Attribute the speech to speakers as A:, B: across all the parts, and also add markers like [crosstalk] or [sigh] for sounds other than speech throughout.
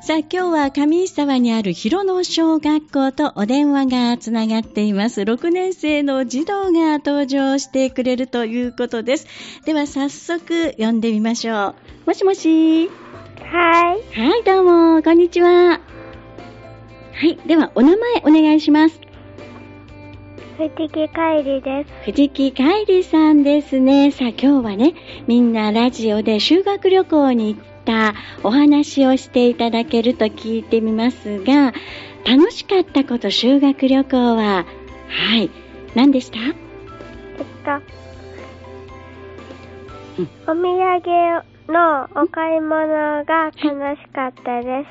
A: さあ、今日は上石沢にある広野小学校とお電話がつながっています。6年生の児童が登場してくれるということです。では、早速呼んでみましょう。もしもし。
B: はい。
A: はい、どうも、こんにちは。はい、では、お名前お願いします。
B: 藤木海里です。
A: 藤木海里さんですね。さあ今日はね、みんなラジオで修学旅行に行ったお話をしていただけると聞いてみますが、楽しかったこと修学旅行は、はい、何でした
B: えっと、お土産のお買い物が楽しかったで
A: うわ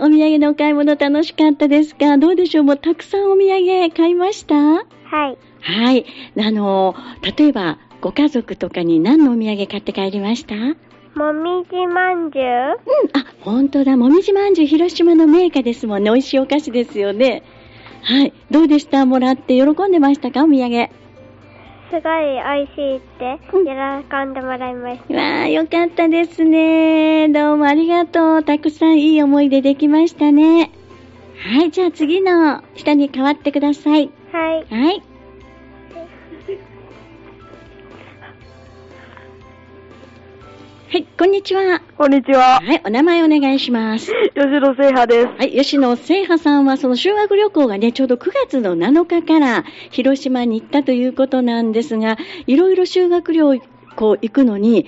A: ー、お土産のお買い物楽しかったですかどうでしょうもうたくさんお土産買いましたは
B: す。はい。
A: い。あのー、例えば、ご家族とかに何のお土産買って帰りました
B: もみじまんじゅ
A: う
B: う
A: ん、あ、本当だ。もみじまんじゅう、広島の銘菓ですもんね。美味しいお菓子ですよね。はい。どうでしたもらって喜んでましたかお土産。
B: すごい美味しいって、
A: うん
B: 喜んでもらいまし
A: わあ、よかったですね。どうもありがとう。たくさんいい思い出できましたね。はい。じゃあ次の下に変わってください。
B: た。はい。
A: はい。はい、こんにちは。
C: こんにちは。
A: はい、お名前お願いします。
C: 吉野聖波です。
A: はい、吉野聖波さんはその修学旅行がね、ちょうど9月の7日から広島に行ったということなんですが、いろいろ修学旅行行くのに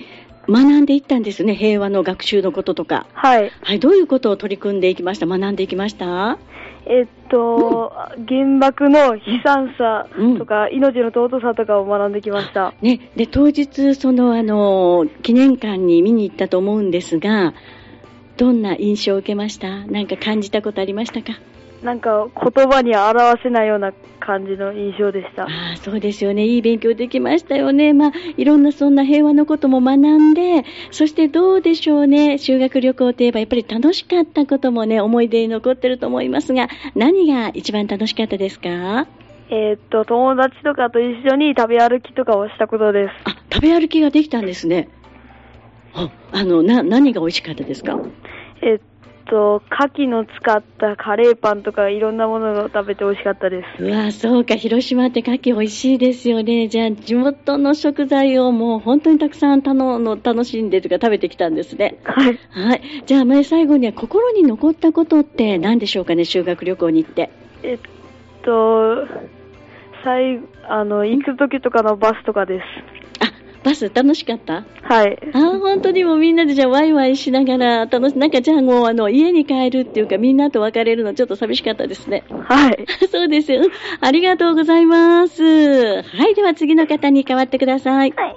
A: 学んでいったんですね、平和の学習のこととか。
C: はい。
A: はい、どういうことを取り組んでいきました学んでいきました
C: えっと、原爆の悲惨さとか、命の尊さとかを学んできました。
A: ね、で、当日、その、あの、記念館に見に行ったと思うんですが、どんな印象を受けましたなんか感じたことありましたか
C: なんか、言葉に表せないような感じの印象でした。
A: ああそうですよね、いい勉強できましたよね、まあ、いろんなそんな平和のことも学んで、そしてどうでしょうね、修学旅行といえば、やっぱり楽しかったこともね、思い出に残ってると思いますが、何が一番楽しかったですか
C: えっと、友達とかと一緒に食べ歩きとかをしたことです。
A: あ食べ歩きができたんですね。ああのな何が美味しかったですか
C: えっと、牡蠣の使ったカレーパンとかいろんなものを食べて美味しかったです。
A: うわそうか広島って牡蠣美味しいですよねじゃあ地元の食材をもう本当にたくさん頼の楽しんでというか食べてきたんですね
C: はい。
A: はい。じゃあ、まあ最後には心に残ったことって何でしょうかね、修学旅行に行って。
C: えっと、最後、あの、行く時とかのバスとかです。
A: あ、バス楽しかった
C: はい。
A: あー本当にもうみんなでじゃあワイワイしながら楽し、なんかじゃあもうあの家に帰るっていうかみんなと別れるのちょっと寂しかったですね。 [laughs]
C: はい。
A: そうですよ。うんありがとうございます。はい。では次の方に代わってください。
B: はい。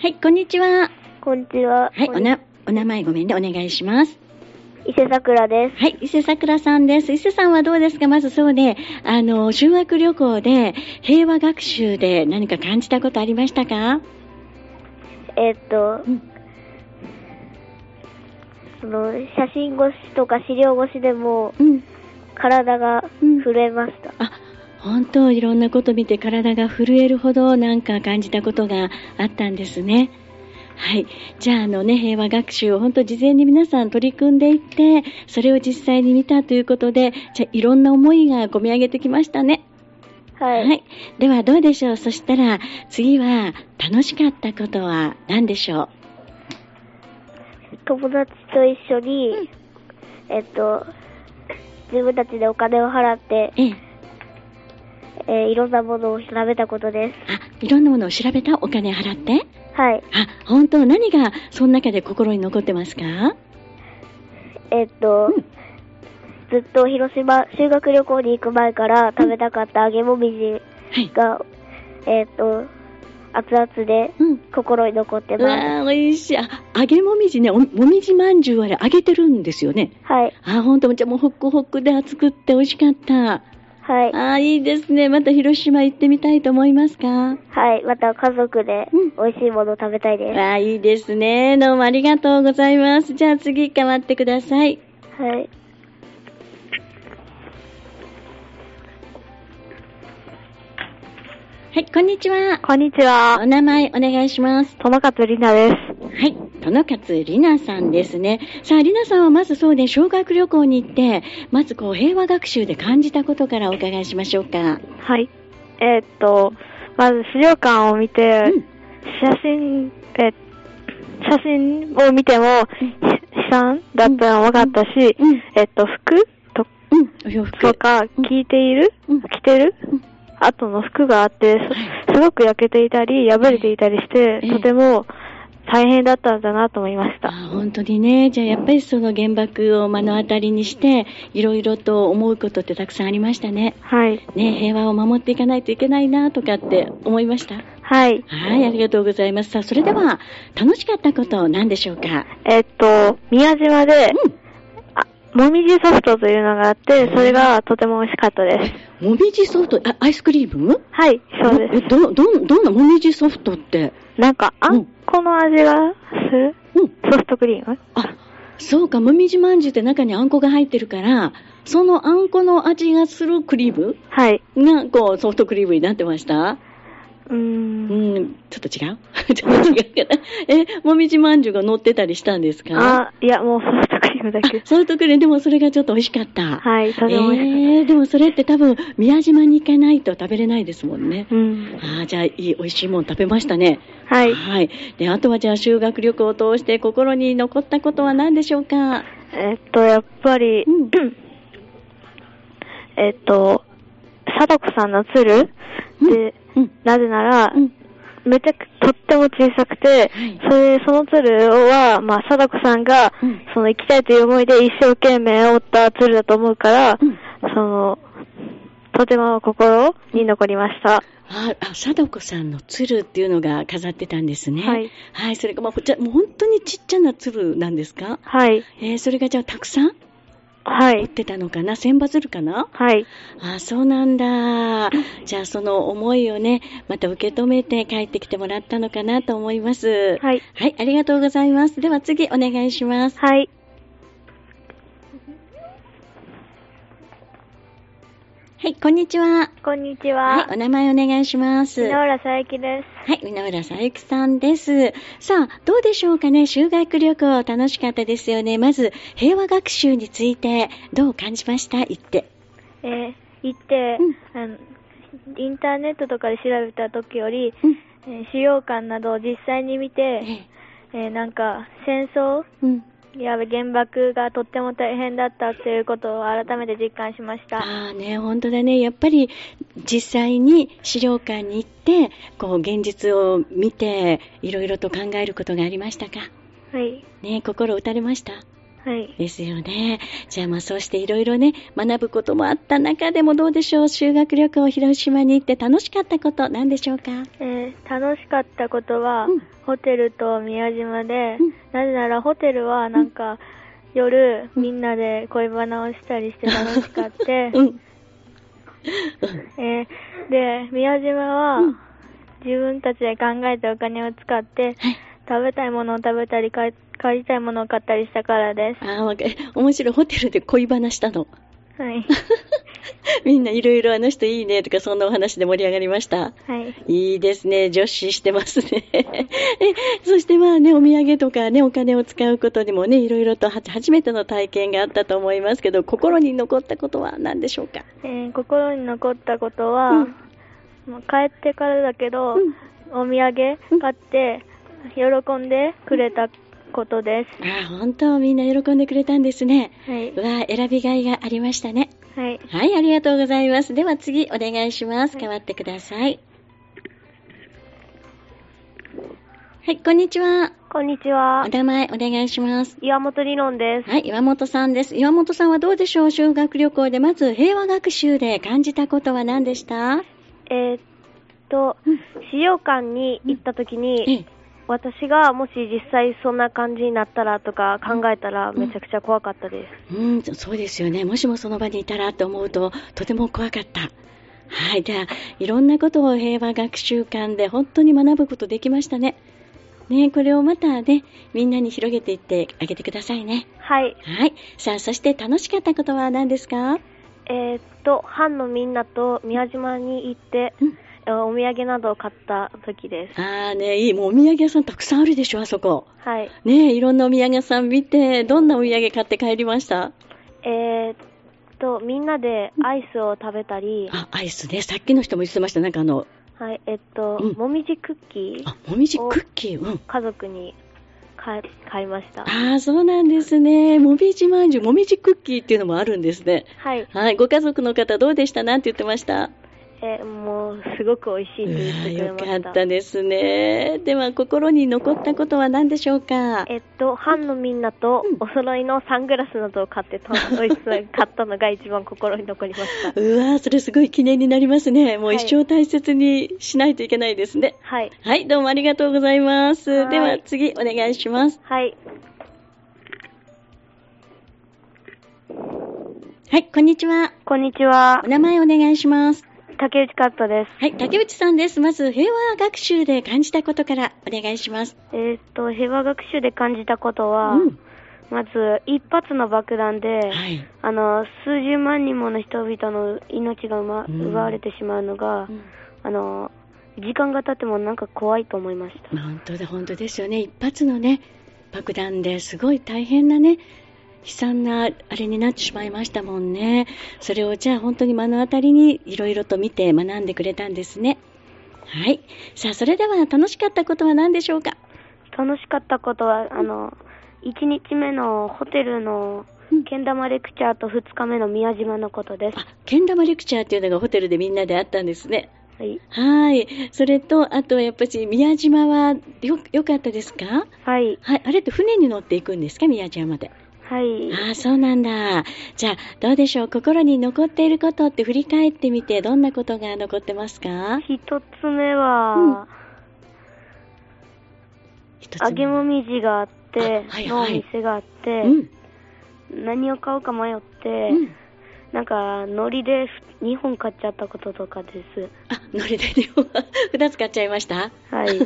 A: はい、こんにちは。
B: こんにちは
A: はい、おな、お名前ごめんね、お願いします。
B: 伊勢桜です。
A: はい、伊勢桜さんです。伊勢さんはどうですかまずそうで、あの、修学旅行で平和学習で何か感じたことありましたか
B: えっと
A: うん、
B: その、写真越しとか資料越しでも、
A: うん。
B: 体が震えました。
A: あ、本当いろんなこと見て体が震えるほどなんか感じたことがあったんですね。はい。じゃあ、あのね、平和学習を本当事前に皆さん取り組んでいって、それを実際に見たということで、じゃあ、いろんな思いが込み上げてきましたね。
B: はい。
A: ではどうでしょうそしたら次は楽しかったことは何でしょう
B: 友達と一緒に、えっと、自分たちでお金を払って、
A: ええ。
B: えーいろんなものを調べたことです。
A: あ、いろんなものを調べたお金払って
B: はい。
A: あ、本当何がその中で心に残ってますか
B: えっと、ずっと広島、修学旅行に行く前から食べたかった揚げもみじ
A: はい。
B: が、えっと、熱々で
A: うん。
B: 心に残って
A: う
B: ます。
A: わー、美味しい。あ、揚げもみじね、おもみじまんじゅうあれ揚げてるんですよね。
B: はい。
A: あ、本当じゃあもうホックホックで熱くって美味しかった。
B: はい。
A: あ、いいですね。また広島行ってみたいと思いますか
B: はい。また家族で
A: うん
B: 美味しいものを食べたいです。
A: あ、いいですね。どうもありがとうございます。じゃあ次変わってください。
B: はい。
A: はい、こんにちは。
C: こんにちは
A: お。名前お願いします。
C: 友勝里奈です。
A: はい。殿勝里奈さんですね。さあ、里奈さんはまずそうね、小学旅行に行って、まずこう、平和学習で感じたことからお伺いしましょうか。
C: はい。えーっと、まず資料館を見て、
A: うん
C: 写真、え、写真を見ても、ひ悲惨だったのも分かったし、
A: うん
C: えっと、服と
A: うん、お洋服。
C: とか、着ている、
A: うん
C: 着てる、
A: うん
C: 後の服があって、すすごく焼けていたり、破れていたりして
A: ええ、
C: とても大変だったんだなと思いました。
A: あ本当にね、じゃあやっぱりその原爆を目の当たりにして、いろいろと思うことってたくさんありましたね。
C: はい。
A: ね、平和を守っていかないといけないなとかって思いました。
C: はい。
A: はい、ありがとうございます。さあ、それでは、楽しかったこと何でしょうか
C: えっと、宮島で、あもみじソフトというのがあって、それがとても美味しかったです。
A: うん。もみじソフト、あ、アイスクリーム
C: はい、そうで
A: え
C: す。
A: ど、ど、どんなもみじソフトって。
C: なんか、あ
A: うん
C: んこの味がする
A: うん。
C: ソフトクリーム
A: あ、そうか、もみじまんじゅうって中にあんこが入ってるから、そのあんこの味がするクリーム
C: はい。
A: が、こう、ソフトクリームになってました
C: うー。
A: うんん、ちょっと違う [laughs] ちょっと違うかな。え、もみじまんじゅうが乗ってたりしたんですかあ、
C: あ、いや、もうソフトクリームだけ。
A: ソフトクリーム、でもそれがちょっと美味しかった。
C: はい、とても美味しかった。
A: えー、でもそれって多分、宮島に行かないと食べれないですもんね。
C: うん。
A: ああ、じゃあ、いい、美味しいもん食べましたね。
C: はい。
A: で、あとはじゃあ、修学旅行を通して心に残ったことは何でしょうか
C: えっと、やっぱり、
A: うん
C: [coughs] えっと、貞子さんの鶴で、
A: うん。
C: なぜなら、
A: うん。
C: めちゃくとっても小さくて、
A: はい
C: それその鶴は、まあ、貞子さんが、
A: うん
C: その行きたいという思いで一生懸命折った鶴だと思うから、
A: うん
C: その、とても心に残りました。
A: ああ、貞子さんの鶴っていうのが飾ってたんですね。
C: はい。
A: はい、それが、まあ、ほちゃもう本当にちっちゃな鶴なんですか
C: はい。
A: えー、それがじゃあ、たくさん
C: は
A: 持っ
C: い。
A: てたのかな千羽鶴かな
C: はい。
A: あそうなん [coughs] だ。じゃあその思いをね、また受け止めて帰ってきてもらったのかなと思います。
C: はい。
A: はい、ありがとうございます。では次お願いします。
C: はい。
A: はい、こんにちは。
B: こんにち
A: はい、お名前お願いします。は
B: 浦さゆきです。
A: い、稲浦さゆきさんです。さあ、どうでしょうかね修学旅行楽しかったですよね。まず、平和学習についてどう感じました言って。
B: えー行って、あの、インターネットとかで調べた時より、
A: うん。
B: えー資料館などを実際に見て、
A: ええ
B: えーなんか戦争
A: うん。
B: や原爆がとっても大変だったということを改めて実感しました。
A: ああね、本当だね。やっぱり実際に資料館に行って、こう現実を見て、いろいろと考えることがありましたか。
B: はい。
A: ね、心打たれました。
B: はい。
A: ですよね。じゃあまあそうしていろいろね、学ぶこともあった中でもどうでしょう。修学旅行広島に行って楽しかったことなんでしょうか。
B: えー楽しかったことは、
A: うん
B: ホテルと宮島で、
A: うん
B: なぜならホテルはなんか、夜
A: うん
B: みんなで恋バナをしたりして楽しかった、
A: [laughs] うん。
B: えーで宮島は、
A: うん
B: 自分たちで考えてお金を使って
A: はい。
B: 食べたいものを食べたり買い買いたいものを買ったりしたからで
A: ああ、わかる。面白い。ホテルで恋バナしたの。
B: すはい
A: みんないろいろあの人いいねとかそんなお話で盛り上がりました。
B: はい
A: いいですね。女子してますね。 [laughs] えそしてまあね、お土産とかね、お金を使うことにもね、いろいろとは初めての体験があったと思いますけど、心に残ったことは何でしょうか
B: えー心に残ったことは、
A: うん
B: もう帰ってからだけど、
A: うん
B: お土産買って喜んでくれたことで
A: ああ、本当、みんな喜んでくれたんですね。
B: す。はい。
A: うわあ、選びがいがありましたね。
B: はい。
A: はい、ありがとうございます。では次、お願いします。変わってください。はい、こんにちは。
B: こんにち
A: お
B: は。
A: 名前お願いします。
B: 岩本理論で
A: はい、岩本さんです。岩本さんはどうでしょう修学旅行で、まず平和学習で感じたことは何でした
B: す。えーっと、資料館に行った時
A: え
B: に、
A: え
B: 私がもし実際そんな感じになったらとか考えたらめちゃくちゃ怖かったで
A: うん、そそうですよね。もしもその場にいたらと思うと、とても怖かった。はい、じゃあ、いろんなことを平和学習館で本当に学ぶことできましたね。ね、これをまたね、みんなに広げていってあげてくださいね。
B: す。はい。
A: はい。さあ、そして楽しかったことは何ですか
B: えーっと、班のみんなと宮島に行って、
A: うん
B: えお土産などを買った時です。
A: ああね、いい。もうお土産屋さんたくさんあるでしょ、あそこ。
B: はい。
A: ねえ、いろんなお土産屋さん見て、どんなお土産買って帰りました
B: えーっと、みんなでアイスを食べたり、
A: あ、アイスね。さっきの人も言ってました。なんかあの、
B: はい、えっと、
A: うん
B: もみじクッキー
A: あ、もみじクッキー。うん。
B: 家族に買い買いました。
A: ああ、そうなんですね。もみじまんじゅう、もみじクッキーっていうのもあるんですね。
B: はい、
A: はい。ご家族の方どうでしたなんて言ってました
B: えーもうすごく美味し
A: う
B: いと言ってくれま
A: わ
B: し
A: ーよか
B: た。
A: ったですね。では、心に残ったことは何でしょうか
B: えっと、ファンのみんなと
A: うん
B: お揃いのサングラスなどを買ってた、ドイツで買ったのが一番心に残りました。
A: うわーそれすごい記念になりますね。もう
B: はい
A: 一生大切にしないといけないですね。
B: はい。
A: [laughs] はい、どうもありがとうございます。
B: はい
A: では次お願いします。
B: はい。
A: はい、こんにちは。
B: こんにちは
A: お。名前お願いします。
B: 竹内カットです。
A: はい、竹内さんです。まず平和学習で感じたことからお願いします。
B: えっと、平和学習で感じたことは、
A: うん。
B: まず一発の爆弾で、
A: はい。
B: あの、数十万人もの人々の命が、ま
A: うん
B: 奪われてしまうの
A: う
B: が、
A: ん
B: あの、時間が経ってもなんか怖いと思いました。
A: まあ本当だ、本当ですよね。一発のね、爆弾ですごい大変なね、悲惨なあれになってしまいましたもんね。それをじゃあ本当に目の当たりにいろいろと見て学んでくれたんですね。はい。さあ、それでは楽しかったことは何でしょうか
B: 楽しかったことは、あの、1日目のホテルの
A: うん
B: けん玉レクチャーと2日目の宮島のことです。
A: あ、けん玉レクチャーっていうのがホテルでみんなであったんですね。
B: はい。
A: はい。それと、あとやっぱり宮島はよ、よかったですか
B: はい。
A: はい。あれって船に乗っていくんですか宮島まで。
B: はい。
A: ああ、そうなんだ。じゃあ、どうでしょう心に残っていることって振り返ってみて、どんなことが残ってますか
B: 一つ目は、
A: うん一つ目
B: 揚げもみじがあって、
A: あはい
B: のお
A: はい
B: 店があって、
A: うん。
B: 何を買うか迷って、
A: うん。
B: なんか、海苔で2本買っちゃったこととかです。
A: あ、乗り台で2 [laughs] つ買っちゃいました [laughs]
B: はい。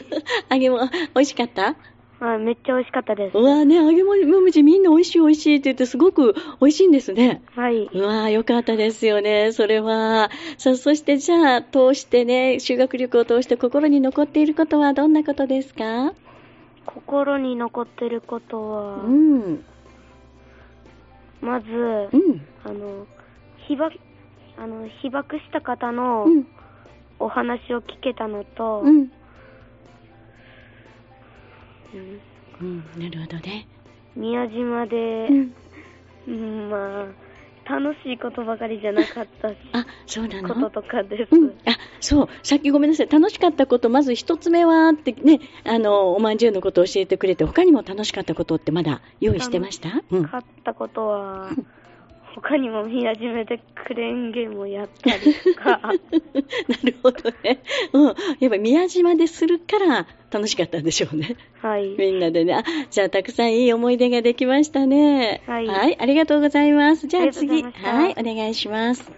A: 揚げも、美味しかった
B: はい、めっちゃ美味しかったです。
A: うわーね、揚げもみじみんな美味しい美味しいって言ってすごく美味しいんですね。
B: はい。
A: うわーよかったですよね、それは。さあ、そしてじゃあ、通してね、修学旅行を通して心に残っていることはどんなことですか
B: 心に残ってること
A: う
B: は、
A: ん。
B: まず、
A: うん。
B: あの、被爆、あの、被爆した方の
A: うん。
B: お話を聞けたのと、
A: うん。
B: うん
A: うん、なるほどね。
B: 宮島で、
A: うん
B: うんまあ、楽しいことばかりじゃなかったし
A: あ、そうな
B: こと
A: の
B: とかです。
A: うん、あそう、さっきごめんなさい、楽しかったこと、まず一つ目はってね、あのおまんじゅうのことを教えてくれて、他にも楽しかったことってまだ用意してました、うん、
B: 勝ったことは、他にも宮島でクレーンゲームをやったりとか、
A: [laughs] なるほどね、うん、やっぱ宮島でするから楽しかったんでしょうね、
B: はい。
A: みんなでね、あじゃあ、たくさんいい思い出ができましたね、
B: はい
A: ありがとうございます、じゃ
B: あ
A: あ
B: りがとうござ
A: 次、
B: いました
A: はい、お願いします。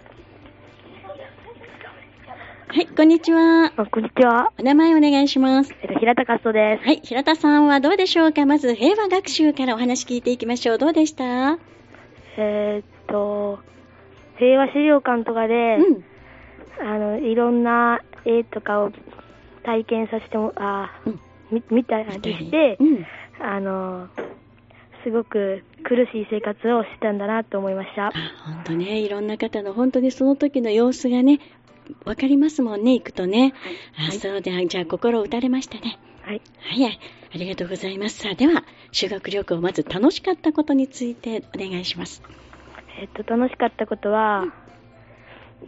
A: はい、こんにちは。
B: こんにちは。
A: お名前お願いします。
B: えっと、平田カストで
A: はい、平田さんはどうでしょうかまず平和学習からお話聞いていきましょう。どうでしたうん。
B: す。えーっと、平和資料館とかで、あの、いろんな絵とかを体験させても、あー、
A: うん
B: み見たりして
A: う、ん。
B: あの、すごく苦しい生活をしてたんだなと思いました
A: あ。、本当ね、いろんな方の本当にその時の様子がね、わかりますもんね、行くとね。あ、そうで、じゃあ心打たれましたね。
B: はい。
A: はい、あありがとうございます。さあ、では、修学旅行、まず楽しかったことについてお願いします。
B: えっと、楽しかったことは、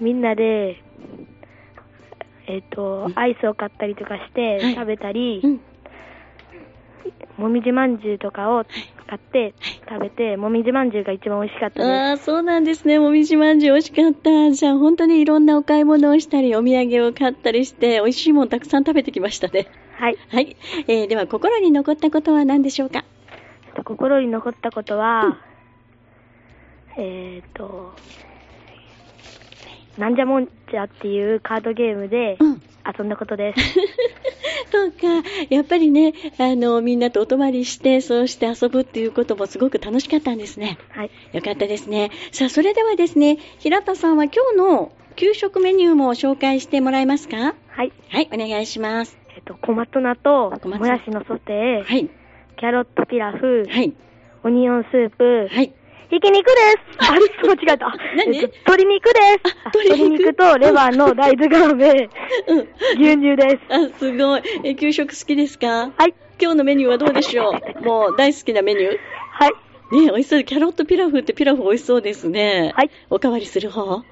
B: みんなで、えっと、アイスを買ったりとかして
A: はい
B: 食べたり、
A: うん。
B: もみじまんじゅうとかを買って食べて、もみじまんじゅうが一番美味しかったです。
A: ああ、そうなんですね。もみじまんじゅう美味しかった。じゃあ本当にいろんなお買い物をしたり、お土産を買ったりして、美味しいものたくさん食べてきましたね。
B: はい。
A: はい。えーでは心に残ったことは何でしょうか
B: えっと心に残ったことは、えっと、なんじゃもんじゃっていうカードゲームで
A: うん。
B: 遊んだことです。
A: [laughs] そうか。やっぱりね、あの、みんなとお泊まりして、そうして遊ぶっていうこともすごく楽しかったんですね。
B: はい。
A: よかったですね。さあ、それではですね、平田さんは今日の給食メニューも紹介してもらえますか
B: はい。
A: はい、お願いします。
B: えっと、小松菜と
A: 小松菜
B: もやしのソテ
A: は
B: ー、
A: い、
B: キャロットピラフ、
A: はい、
B: オニオンスープ、
A: はい。
B: ひき肉です。あれ、間違えた。
A: 何
B: えっと鶏肉です
A: あ。
B: あ
A: 鶏
B: 鶏
A: 肉
B: 肉とレバーの大豆がめ、
A: うん。
B: 牛乳です。
A: あ、すごい。え、給食好きですか
B: はい。
A: 今日のメニューはどうでしょうもう大好きなメニュー
B: はい。
A: ね美味しそう。キャロットピラフってピラフ美味しそうですね。
B: はい。
A: おかわりする方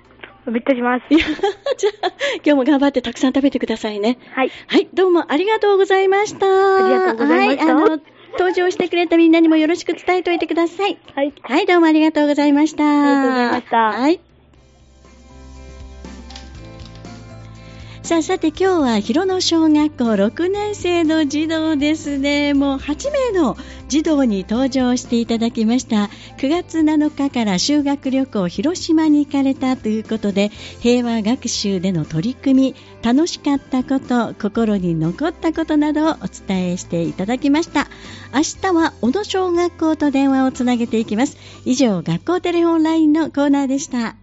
B: めっちゃします。
A: いや、 [laughs] じゃあ、今日も頑張ってたくさん食べてくださいね。
B: はい。
A: はい、どうもありがとうございました。あ
B: りがとうございました
A: はい、あの、登場してくれたみんなにもよろしく伝えておいてください。
B: はい。
A: はい、どうもありがとうございました。
B: ありがとうございました
A: はい。さあ、さて今日は広野小学校6年生の児童ですね。もう8名の児童に登場していただきました。9月7日から修学旅行広島に行かれたということで、平和学習での取り組み、楽しかったこと、心に残ったことなどをお伝えしていただきました。明日は小野小学校と電話をつなげていきます以上学校テレホンラインのコーナーでした